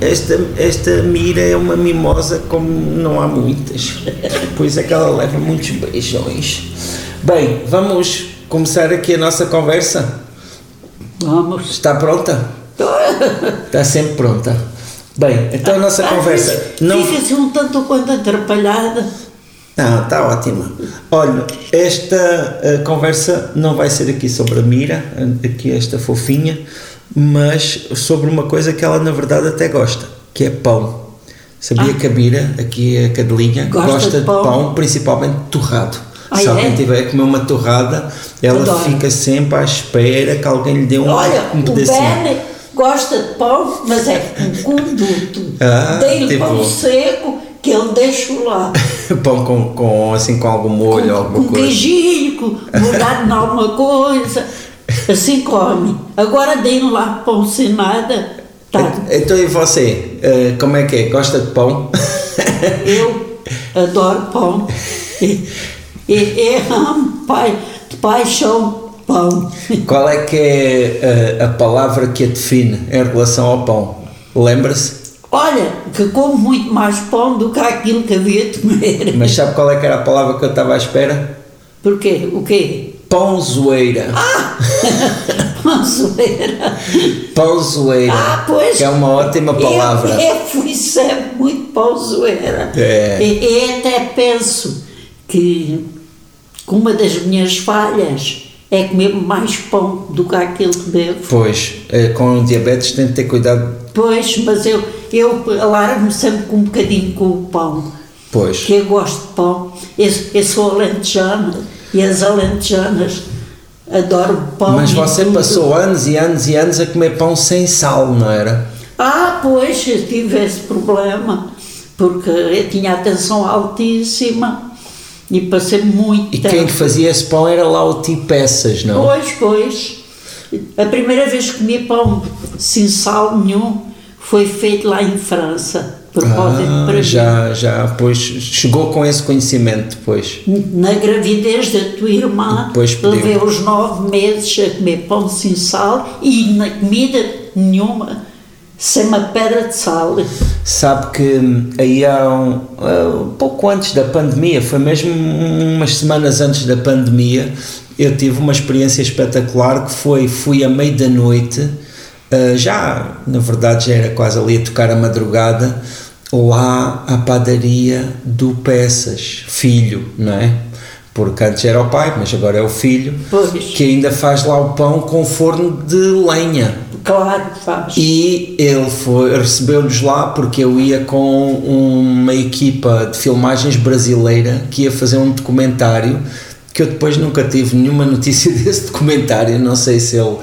esta, esta mira é uma mimosa como não há muitas, por isso é que ela leva muitos beijões. Bem, vamos começar aqui a nossa conversa? Vamos. Está pronta? Está sempre pronta. Bem, então a nossa Às conversa. vezes Fica-se um tanto quanto atrapalhada. Não, está Ah, tá ótima. Olha, esta eh, conversa não vai ser aqui sobre a Mira, eh, aqui esta fofinha, mas sobre uma coisa que ela na verdade até gosta, que é pão. Sabia que a Mira, aqui é a cadelinha, gosta, Ah. Gosta de, de pão. pão? principalmente torrado. Ah, Se é? alguém tiver a comer uma torrada, ela Adoro. fica sempre à espera que alguém lhe dê um, Olha, um o Ben gosta de pão, mas é com conduto. Ah, Dei-lhe tipo- pão seco que ele deixa lá. pão com, com, assim, com algum molho, alguma com coisa. queijinho, com- molhado em alguma coisa. Assim come. Agora dei-lhe lá pão sem nada. Tá. Então e você, eh, como é que é? Gosta de pão? Eu adoro pão. E, e, e amo pai, de paixão pão. Qual é que é eh, a, palavra que a define em relação ao pão? Lembra-se? Olha, que como muito mais pão do que aquilo que havia de comer. Mas sabe qual é que era a palavra que eu estava à espera? Porquê? O quê? Pãozoeira. Panzoeira. Pãozoeira. Ah, pois. Que é uma ótima palavra. Eu, eu fui sempre muito panzoeira. É. E, e até penso que uma das minhas falhas é comer mais pão do que aquilo que devo. Pois, eh, com diabetes tem de ter cuidado. Pois, mas eu, eu alarmo sempre com um bocadinho com o pão, Pois. que eu gosto de pão. Eu, eu sou alentejana e as alentejanas adoram pão. Mas e você tudo. passou anos e anos e anos a comer pão sem sal, não era? Ah, pois, eu tive esse problema, porque eu tinha a tensão altíssima e passei muito E tempo. quem fazia esse pão era lá o Ti Peças, não? Pois, pois. A primeira vez que comi pão sem sal nenhum foi feito lá em França, por causa de Ah, para mim. já, já, pois chegou com esse conhecimento, pois. Na gravidez da tua irmã, Depois pediu. levei os nove meses a comer pão sem sal e na comida nenhuma, sem uma pedra de sal. Sabe que hum, aí há um, ah, pouco antes da pandemia, foi mesmo umas semanas antes da pandemia, eu tive uma experiência espetacular que foi, fui à meia da noite, ah, já, na verdade já era quase ali a tocar a madrugada, lá à padaria do Peças, filho, não é? Porque antes era o pai, mas agora é o filho, Pois. que ainda faz lá o pão com forno de lenha. Claro, que faz. E ele foi- recebeu-nos lá porque eu ia com uma equipa de filmagens brasileira que ia fazer um documentário que eu depois nunca tive nenhuma notícia desse documentário, não sei se ele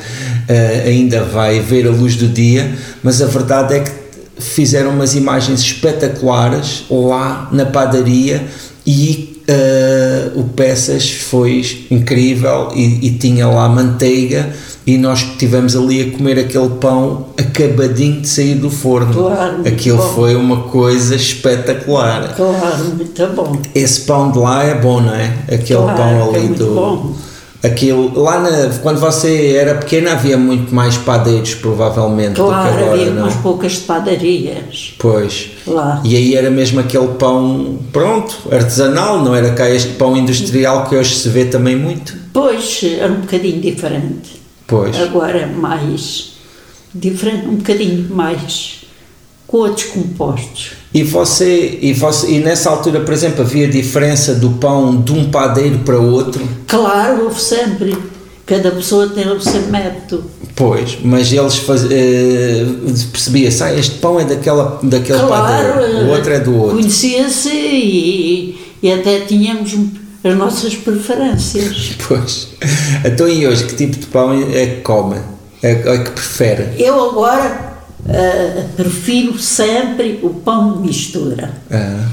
eh, ainda vai ver a luz do dia, mas a verdade é que fizeram umas imagens espetaculares lá na padaria e eh, o Peças foi incrível e, e tinha lá manteiga e nós estivemos ali a comer aquele pão acabadinho de sair do forno. Claro, muito Aquilo bom. foi uma coisa espetacular. Claro, muito bom. Esse pão de lá é bom, não é? Aquele Claro, pão é ali muito do. bom. Aquilo, lá na- quando você era pequena havia muito mais padeiros, provavelmente, do que Claro, agora, havia não? é? umas poucas padarias Pois. lá. E aí era mesmo aquele pão, pronto, artesanal, não era cá este pão industrial que hoje se vê também muito. Pois, era um bocadinho diferente. Pois. Agora é mais diferente, um bocadinho mais com outros compostos. E você, e você, e nessa altura, por exemplo, havia diferença do pão de um padeiro para outro? Claro, houve sempre. Cada pessoa tem o seu método. Pois, mas eles faz, eh, percebia-se, ah, este pão é daquela, daquele padeiro, o outro é do outro. Conhecia-se e, e até tínhamos as nossas preferências. Pois. Então e hoje, que tipo de pão é que come? É, é que prefere? Eu agora ah, prefiro sempre o pão de mistura. Ah.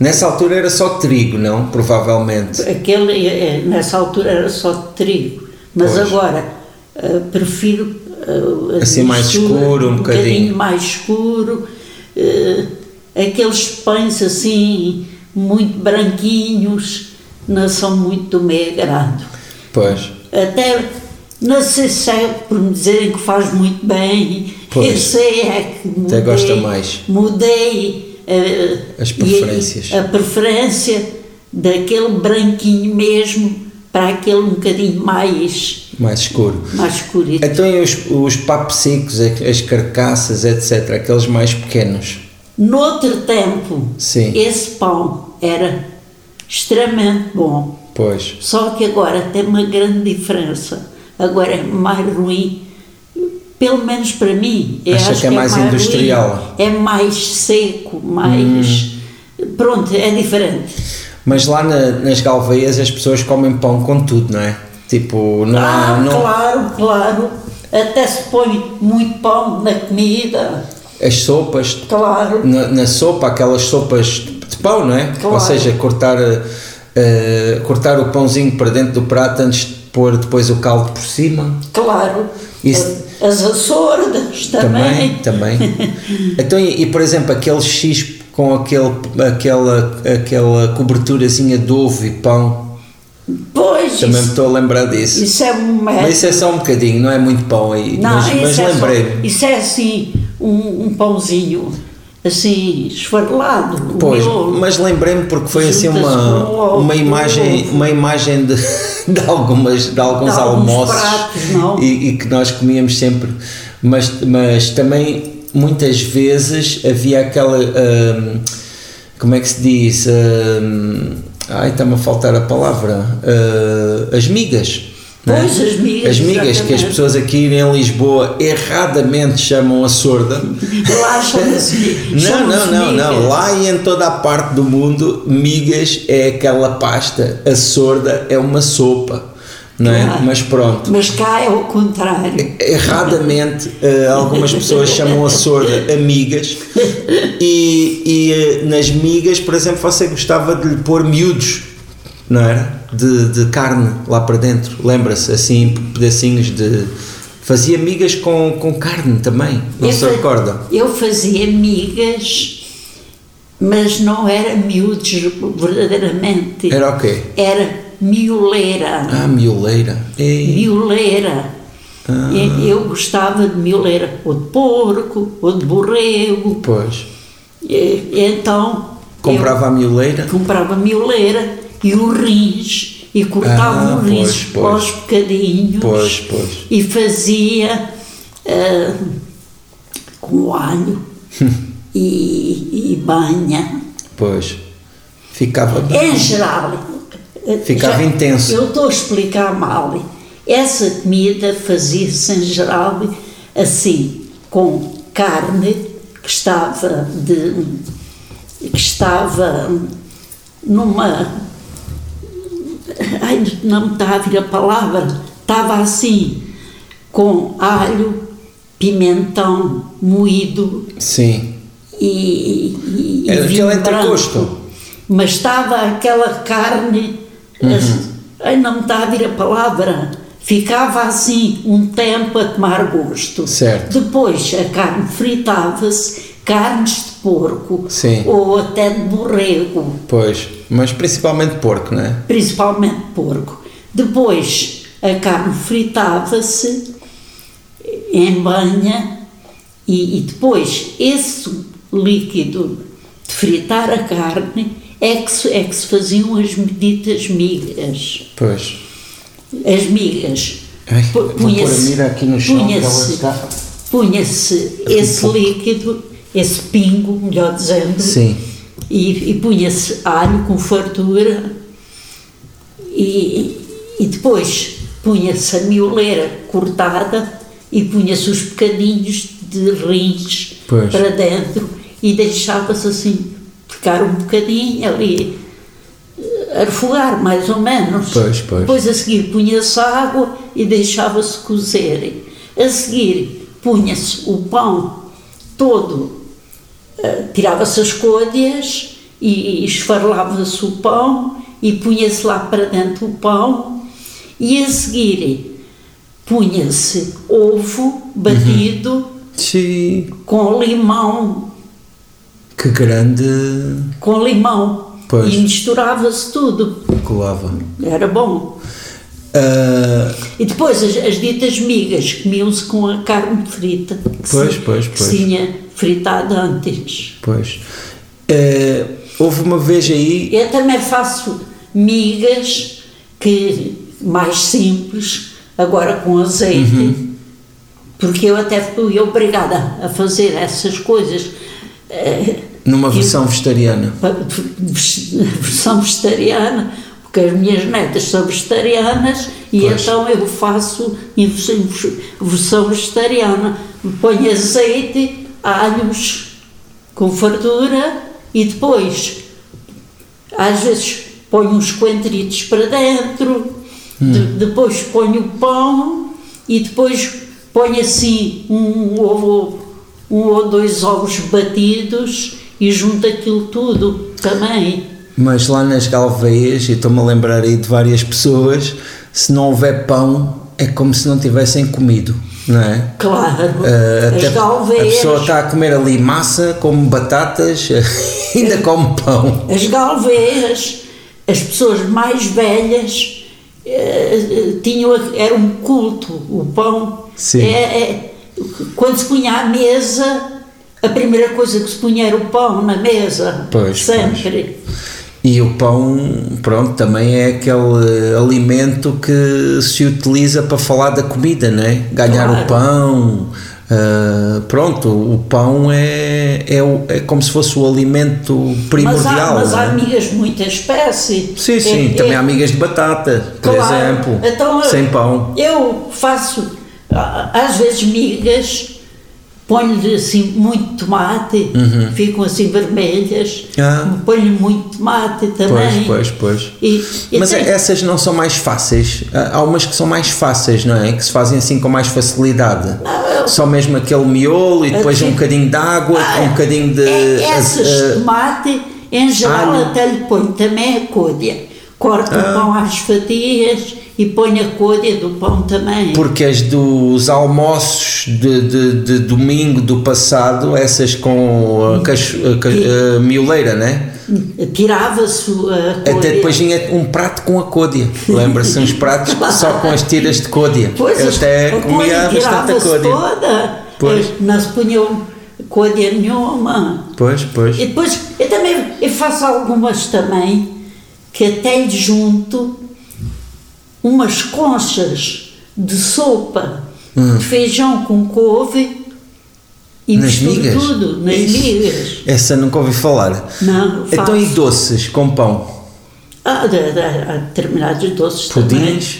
Nessa altura era só trigo, não? Provavelmente. Aquele, eh, eh, nessa altura era só de trigo, mas Pois. agora eh, prefiro eh, a Assim mais mistura, escuro, um bocadinho. mais escuro, eh, aqueles pães assim muito branquinhos não são muito do meu agrado. Pois. Até não sei se é por me dizerem que faz muito bem, Pois. Isso é que mudei, gosta mais. Mudei eh, As e- é- preferências. a preferência daquele branquinho mesmo para aquele um bocadinho mais, mais escuro. mais escurito. Então e os, os papsicos, as carcaças, etc., aqueles mais pequenos. Noutro tempo, Sim. esse pão era extremamente bom. Pois, Só que agora tem uma grande diferença. Agora é mais ruim, pelo menos para mim. Eu Acha acho que é mais industrial? ruim. É mais seco, mais. Hum. Pronto, é diferente. mas lá na- nas galveias as pessoas comem pão com tudo, não é? Tipo, não há. Ah, não- claro, claro. Até se põe muito pão na comida. As sopas, Claro. na, na sopa, aquelas sopas de de pão, não é? Claro. Ou seja, cortar, eh, cortar o pãozinho para dentro do prato antes de pôr depois o caldo por cima. Claro. Isso- As açordas Também, também. também. então, e, e, por exemplo, aquele xispo com aquele, aquela, aquela coberturazinha de ovo e pão, Pois, também me isso, estou a lembrar disso. isso é um método. Mas isso é só um bocadinho, não é muito pão aí. mas mas é só- lembrei-me. isso é assim, um, um pãozinho assim, esfarelado. um Pois, miolo. mas lembrei-me porque foi assim Junta-se com o uma, ovo, uma com o imagem, ovo. uma imagem de, de, algumas, de alguns alguns almoços pratos, não? E, e que nós comíamos sempre. Mas, mas também muitas vezes havia aquela. hum, como é que se diz? Hum, ai, está-me a faltar a palavra. Ah, as migas. não é? Pois, as migas, As migas que as exatamente. pessoas aqui em Lisboa erradamente chamam a sorda. Lá chama-se. Não, assim, chama-se não, não, não. migas. Lá e em toda a parte do mundo, migas é aquela pasta, a sorda é uma sopa, não é? Claro. Mas pronto. Mas cá é o contrário. Erradamente, eh, algumas pessoas chamam a sorda amigas e, e, eh, nas migas, por exemplo, você gostava de lhe pôr miúdos, não era? De, de carne lá para dentro, lembra-se? Assim, pedacinhos de. Fazia migas com, com carne também, não Eu se fa- recorda? Eu fazia migas, mas não era miúdos verdadeiramente. Era o quê? Era mioleira. Ah, mioleira. Ei, Mioleira. Ah. E Eu gostava de mioleira, ou de porco, ou de borrego. pois. E- Então Comprava a mioleira? eu comprava mioleira e o rins e cortava Ah, o rins pois, pois. aos bocadinhos Pois, pois. e fazia ah, com alho e, e banha. Pois. Ficava bem. Em É geral, Ficava já- intenso. Eu estou a explicar mal. Essa comida fazia-se em geral assim, com carne que estava de que estava numa ai, não me está a vir a palavra, estava assim com alho, pimentão moído Sim. e, e, e Era vinho É, aquele entrecosto. branco. Mas estava aquela carne, Uhum. assim, ai, não me está a vir a palavra, ficava assim um tempo a tomar gosto. Certo. Depois a carne fritava-se, carnes de porco Sim. ou até de borrego, Pois. Mas principalmente porco, não é? principalmente porco. Depois a carne fritava-se em banha e, e depois esse líquido de fritar a carne é que se, é que se faziam as medidas migas. Pois. As migas. Ai, Pu- vou pôr a mira aqui no chão, que ela punha-se- está- punha-se esse líquido, esse pingo, melhor dizendo, Sim. e, e punha-se alho com fartura e, e depois punha-se a mioleira cortada e punha-se os bocadinhos de rins Pois. para dentro e deixava-se assim ficar um bocadinho ali eh, a refogar mais ou menos. Pois, pois. Depois a seguir punha-se água e deixava-se cozer. A seguir punha-se o pão todo Uh, tirava-se as côdeas e esfarelava-se o pão e punha-se lá para dentro o pão e a seguir punha-se ovo batido Sim. com limão, Que grande com limão Pois. e misturava-se tudo. colava. Era bom. Ah, E depois as, as ditas migas comiam-se com a carne frita que, Pois, se, pois, que pois. se tinha fritado antes. pois. Eh, houve uma vez aí. Eu também faço migas que mais simples, agora com azeite, Uhum. porque eu até fui obrigada a fazer essas coisas. eh, Numa versão vegetariana. pa- versão vegetariana, porque as minhas netas são vegetarianas e Pois. então eu faço em versão- versão vegetariana. Ponho azeite, alhos com fartura e depois, às vezes, ponho uns coentritos para dentro, Hum. de- depois ponho o pão e depois ponho assim um ovo um ou dois ovos batidos e junto aquilo tudo também. Mas lá nas Galveias, e estou-me a lembrar aí de várias pessoas, se não houver pão, é como se não tivessem comido, não é? Claro, Eh, até as galveias, A pessoa está a comer ali massa, come batatas, ainda come pão. as galveias, as pessoas mais velhas eh, eh, tinham, a- era um culto, o pão. Sim. É- é- quando se punha à mesa, a primeira coisa que se punha era o pão na mesa, Pois, sempre. E o pão, pronto, também é aquele alimento que se utiliza para falar da comida, não é? Ganhar Claro. o pão. ah, pronto, o pão é, é, o- é como se fosse o alimento Mas há, primordial. mas há não é? amigas de muita espécie. Sim, sim, É- também é- há amigas de batata, por Claro. exemplo, Então, eu- sem pão. Eu faço, a- às vezes, migas, ponho-lhe assim muito tomate, ficam assim vermelhas, Uhum. Ah. ponho-lhe muito tomate também. Pois, pois, pois. E, e Mas é, tem- essas não são mais fáceis. Há há umas que são mais fáceis, não é? Que se fazem assim com mais facilidade. Só mesmo aquele miolo e depois sim. um bocadinho de água, um bocadinho de. Ah, É, essas ah, tomate, em geral, alho. até lhe ponho também a côdea. Corto Ah. o pão às fatias e ponho a côdea do pão também. porque as dos almoços de, de- de domingo do passado, essas com ah, cacho- ah, ca- ah, mioleira, né? Tirava-se a côdea. Até depois vinha um prato com a côdea. Lembra-se uns pratos só com as tiras de côdea. Pois, Eu as- até a comia côdea bastante a tirava-se côdea. toda. Pois. Eh, Não se punham côdea nenhuma. Pois, pois. E depois, eu também eu faço algumas também, que até lhe junto umas conchas de sopa de feijão com couve e Hum. Nas misturo migas? tudo nas Ixi, migas. Essa nunca ouvi falar. Não, eu Então, e faço. doces com pão? Há, Ah, de- de- há determinados doces Pudins?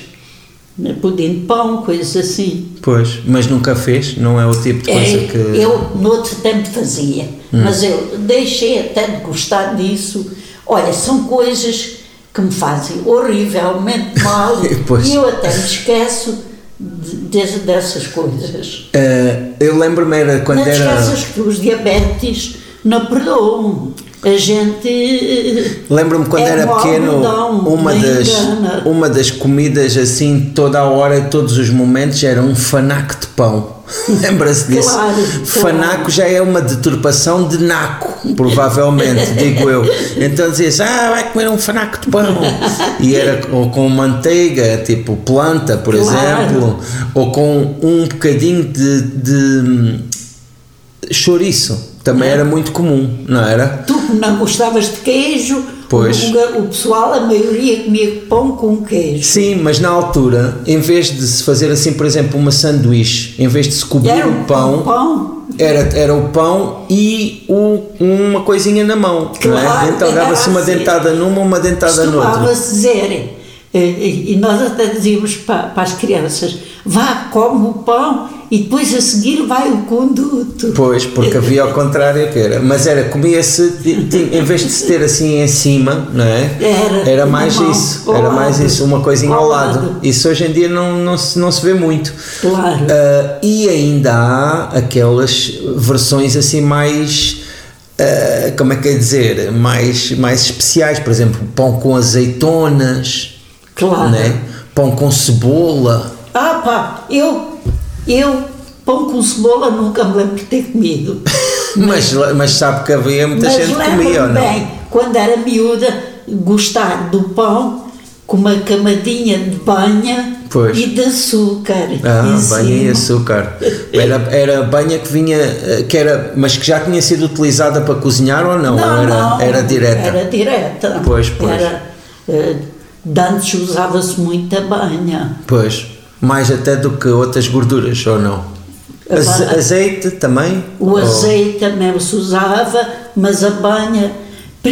também. Pudim de pão, coisas assim. Pois, mas nunca fez? Não é o tipo de coisa É, que. Hum. Eu, no outro tempo, fazia, mas eu deixei até de gostar disso. Olha, são coisas que me fazem horrivelmente mal Pois. e eu até me esqueço de- de- dessas coisas. Eh, eu lembro-me era quando Não te era. esqueças que os diabetes não perdoam. A gente. eh, Lembro-me quando é era mó pequeno, algodão, uma nem das, engana. uma das comidas assim, toda a hora, em todos os momentos, era um fanaco de pão. Lembra-se disso? Claro, claro. Fanaco já é uma deturpação de naco, provavelmente, digo eu. Então dizia-se, ah, vai comer um fanaco de pão. E era ou com manteiga, tipo planta, por Claro. exemplo, ou com um bocadinho de, de hum, chouriço. Também É. era muito comum, não era? Tu que não gostavas de queijo, Pois. o, o- o pessoal, a maioria comia pão com queijo. Sim, mas na altura, em vez de se fazer assim, por exemplo, uma sanduíche, em vez de se cobrir Era o um pão, um pão Era, era o pão e o- uma coisinha na mão, não é? Claro, Então era dava-se uma assim. dentada numa, uma dentada noutra. costumava-se dizer, eh, e e nós até dizíamos pa- para, as crianças, vá, come o pão e depois a seguir vai o conduto. Pois, porque havia ao contrário que era. Mas era, comia-se, ti- ti- em vez de se ter assim em cima, não é? Era, na mais mão, isso, ao era lado, mais isso, uma coisinha ao ao lado. lado. Isso hoje em dia não, não, se, não se vê muito. Claro. Ah, e ainda há aquelas versões assim mais. ah, como é que é dizer? Mais, mais especiais, por exemplo, pão com azeitonas, Claro. né? pão com cebola. Ah pá, eu, eu pão com cebola nunca me lembro de ter comido. Mas, mas sabe que havia muita Mas gente que lembro-me comia, ou não? bem, quando era miúda, gostar do pão com uma camadinha de banha Pois. e de açúcar. Ah, em cima. banha e açúcar. Era, era banha que vinha, eh, que era, mas que já tinha sido utilizada para cozinhar ou não? Não, Ou era, não, era direta. Era direta. Pois, pois. Era, eh, de antes usava-se muito a banha. Pois, mais até do que outras gorduras, ou não? A Aze- banha. azeite também? O Ou- azeite também se usava, mas a banha,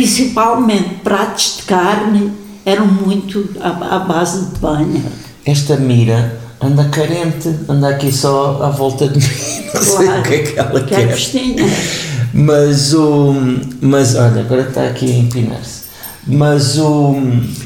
principalmente pratos de carne, eram muito à, à base de banha. Esta mira anda carente, anda aqui só à volta de mim, não sei o que é que ela que é quer. festinha. Mas o. Mas olha, agora está aqui a empinar-se. Mas o.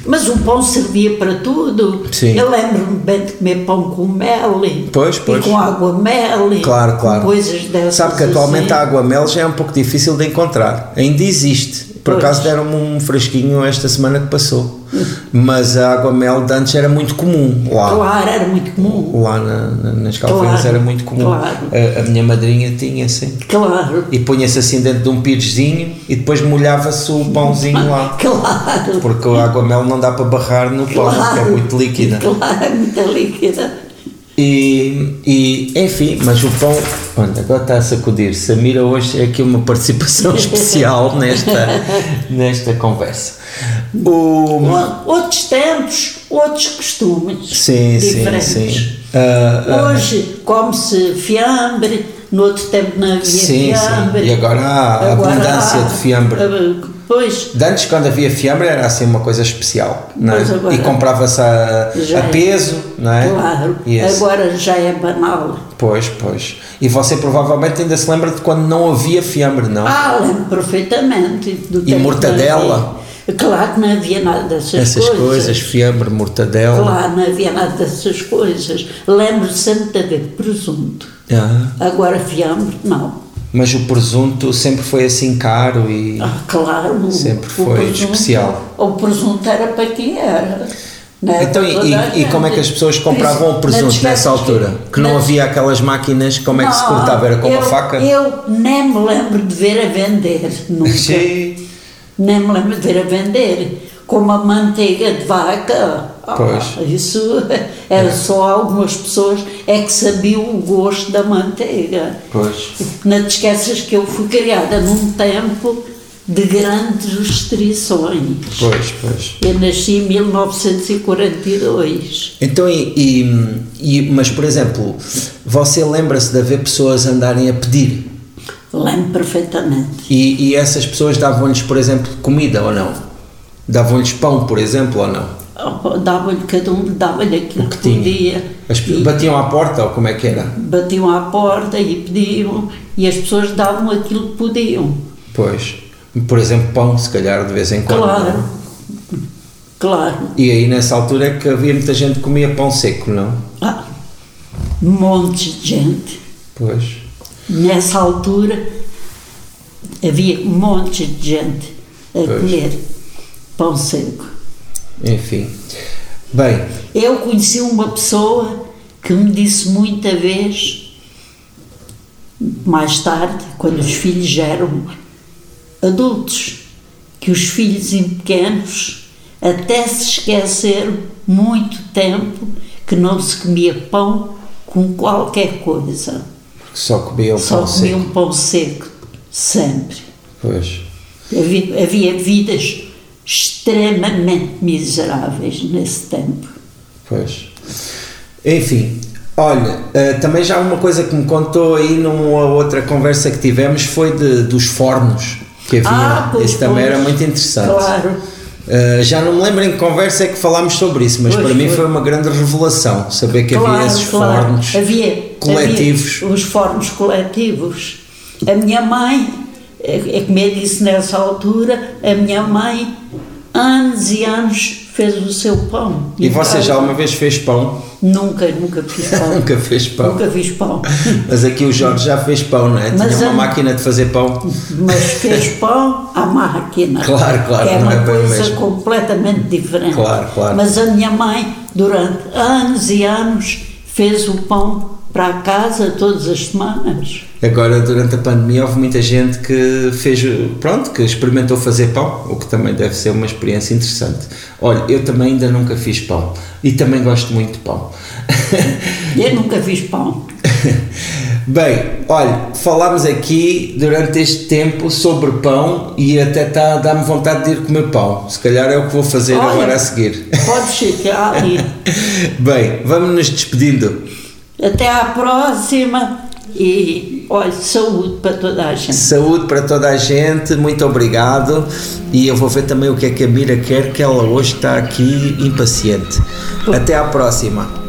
Mas o pão servia para tudo. Sim. Eu lembro-me bem de comer pão com mel e- Pois, pois. e com água mel. e Claro, É, com claro. Coisas dessas. Sabe que atualmente assim. a água-mel já é um pouco difícil de encontrar. Ainda existe. Por Pois. acaso deram-me um fresquinho esta semana que passou. Mas a água-mel de antes era muito comum lá. Claro, era muito comum. Lá na, na, nas calfeiras Claro, era muito comum. claro. A, a minha madrinha tinha assim. Claro. E punha-se assim dentro de um pireszinho e depois molhava-se o pãozinho lá. Claro. Porque a água-mel não dá para barrar no pão, porque é muito líquida. Claro, é muito líquida. E, e, enfim, mas o pão. Olha, agora está a sacudir. Samira hoje é aqui uma participação especial nesta, nesta conversa. O, Ou- Outros tempos, outros costumes. sim, sim, diferentes. sim. Ah, ah, Hoje come-se fiambre, no outro tempo não havia Sim, fiambre. sim. E agora há abundância de fiambre. ah, Pois, de antes, quando havia fiambre, era assim uma coisa especial. Não é? Mas agora- E comprava-se a, Já a é. peso, não é? claro, E esse- agora já é banal. Pois, pois. E você provavelmente ainda se lembra de quando não havia fiambre, não? Ah, lembro perfeitamente. Do tempo que não mortadela? havia. Claro que não havia nada dessas, Essas coisas. fiambre, mortadela. Claro, não havia nada dessas coisas. Lembro sempre de haver presunto. Ah. Agora fiambre, não. Mas o presunto sempre foi assim caro e. Ah, claro. o- Sempre o foi especial. O presunto era para quem era. não era Então, para e, toda a e- e como é que as gente. pessoas compravam o Por isso, não te presunto nessa esqueças altura? Que não havia aquelas máquinas, como é que se Não, cortava? Era com eu, uma faca? Ah, Eu nem me lembro de ver a vender, nunca. Sim. nem me lembro de ver a vender. Com uma manteiga de vaca. Ah, Pois. Isso era só algumas pessoas é que sabiam o gosto da manteiga. Pois. Não te esqueças que eu fui criada num tempo de grandes restrições. Pois, pois. Eu nasci em 1942. Então, e, e- e- mas por exemplo, você lembra-se de haver pessoas andarem a pedir Lembro perfeitamente. e, e essas pessoas davam-lhes, por exemplo, comida ou não? Davam-lhes pão, por exemplo, ou não? Oh, Dava-lhe cada um, dava-lhe aquilo que, tinha. podia. As, pe- batiam à porta ou como é que era? Batiam à porta e pediam, e as pessoas davam aquilo que podiam. Pois. Por exemplo, pão, se calhar, de vez em quando. Claro. não? é? Claro. E aí nessa altura é que havia muita gente que comia pão seco, não? Ah, montes de gente. Pois. Nessa altura havia montes de gente a Pois. comer pão seco. Enfim. Bem, Eu conheci uma pessoa que me disse muita vez, mais tarde, quando os filhos já eram adultos, que os filhos em pequenos até se esqueceram muito tempo que não se comia pão com qualquer coisa. só comiam Só pão seco. comiam pão seco, sempre. Pois. Havia, havia vidas extremamente miseráveis nesse tempo. Pois. Enfim, olha, eh, também já uma coisa que me contou aí numa outra conversa que tivemos foi de, dos fornos que havia. Ah, pois, Isso também pois. era muito interessante. Claro. Eh, já não me lembro em que conversa é que falámos sobre isso, mas Pois para mim foi. foi uma grande revelação saber que havia esses fornos Havia- coletivos. havia os fornos coletivos. A minha mãe, é é que me disse nessa altura, a minha mãe, anos e anos, fez o seu pão. E Em você já casa. uma vez fez pão? Nunca, nunca fiz pão. Nunca fez pão. Nunca fiz pão. Mas aqui o Jorge já fez pão, não é? Tinha Mas eh, uma a- máquina de fazer pão. Mas fez pão à máquina. Claro, claro, que é não uma é bem o coisa mesmo. completamente diferente. Claro, claro. Mas a minha mãe, durante anos e anos, fez o pão para a casa todas as semanas. Agora, durante a pandemia, houve muita gente que fez, pronto, que experimentou fazer pão, o que também deve ser uma experiência interessante. Olha, eu também ainda nunca fiz pão e também gosto muito de pão. Eu nunca fiz pão. Bem, olha, falámos aqui durante este tempo sobre pão e até tá, dá-me vontade de ir comer pão. Se calhar é o que vou fazer Olha, agora a seguir. Podes ficar ali. Bem, vamos nos despedindo. Até à próxima e olha, saúde para toda a gente. Saúde para toda a gente, muito obrigado. E eu vou ver também o que é que a Mira quer, que ela hoje está aqui impaciente. Até à próxima.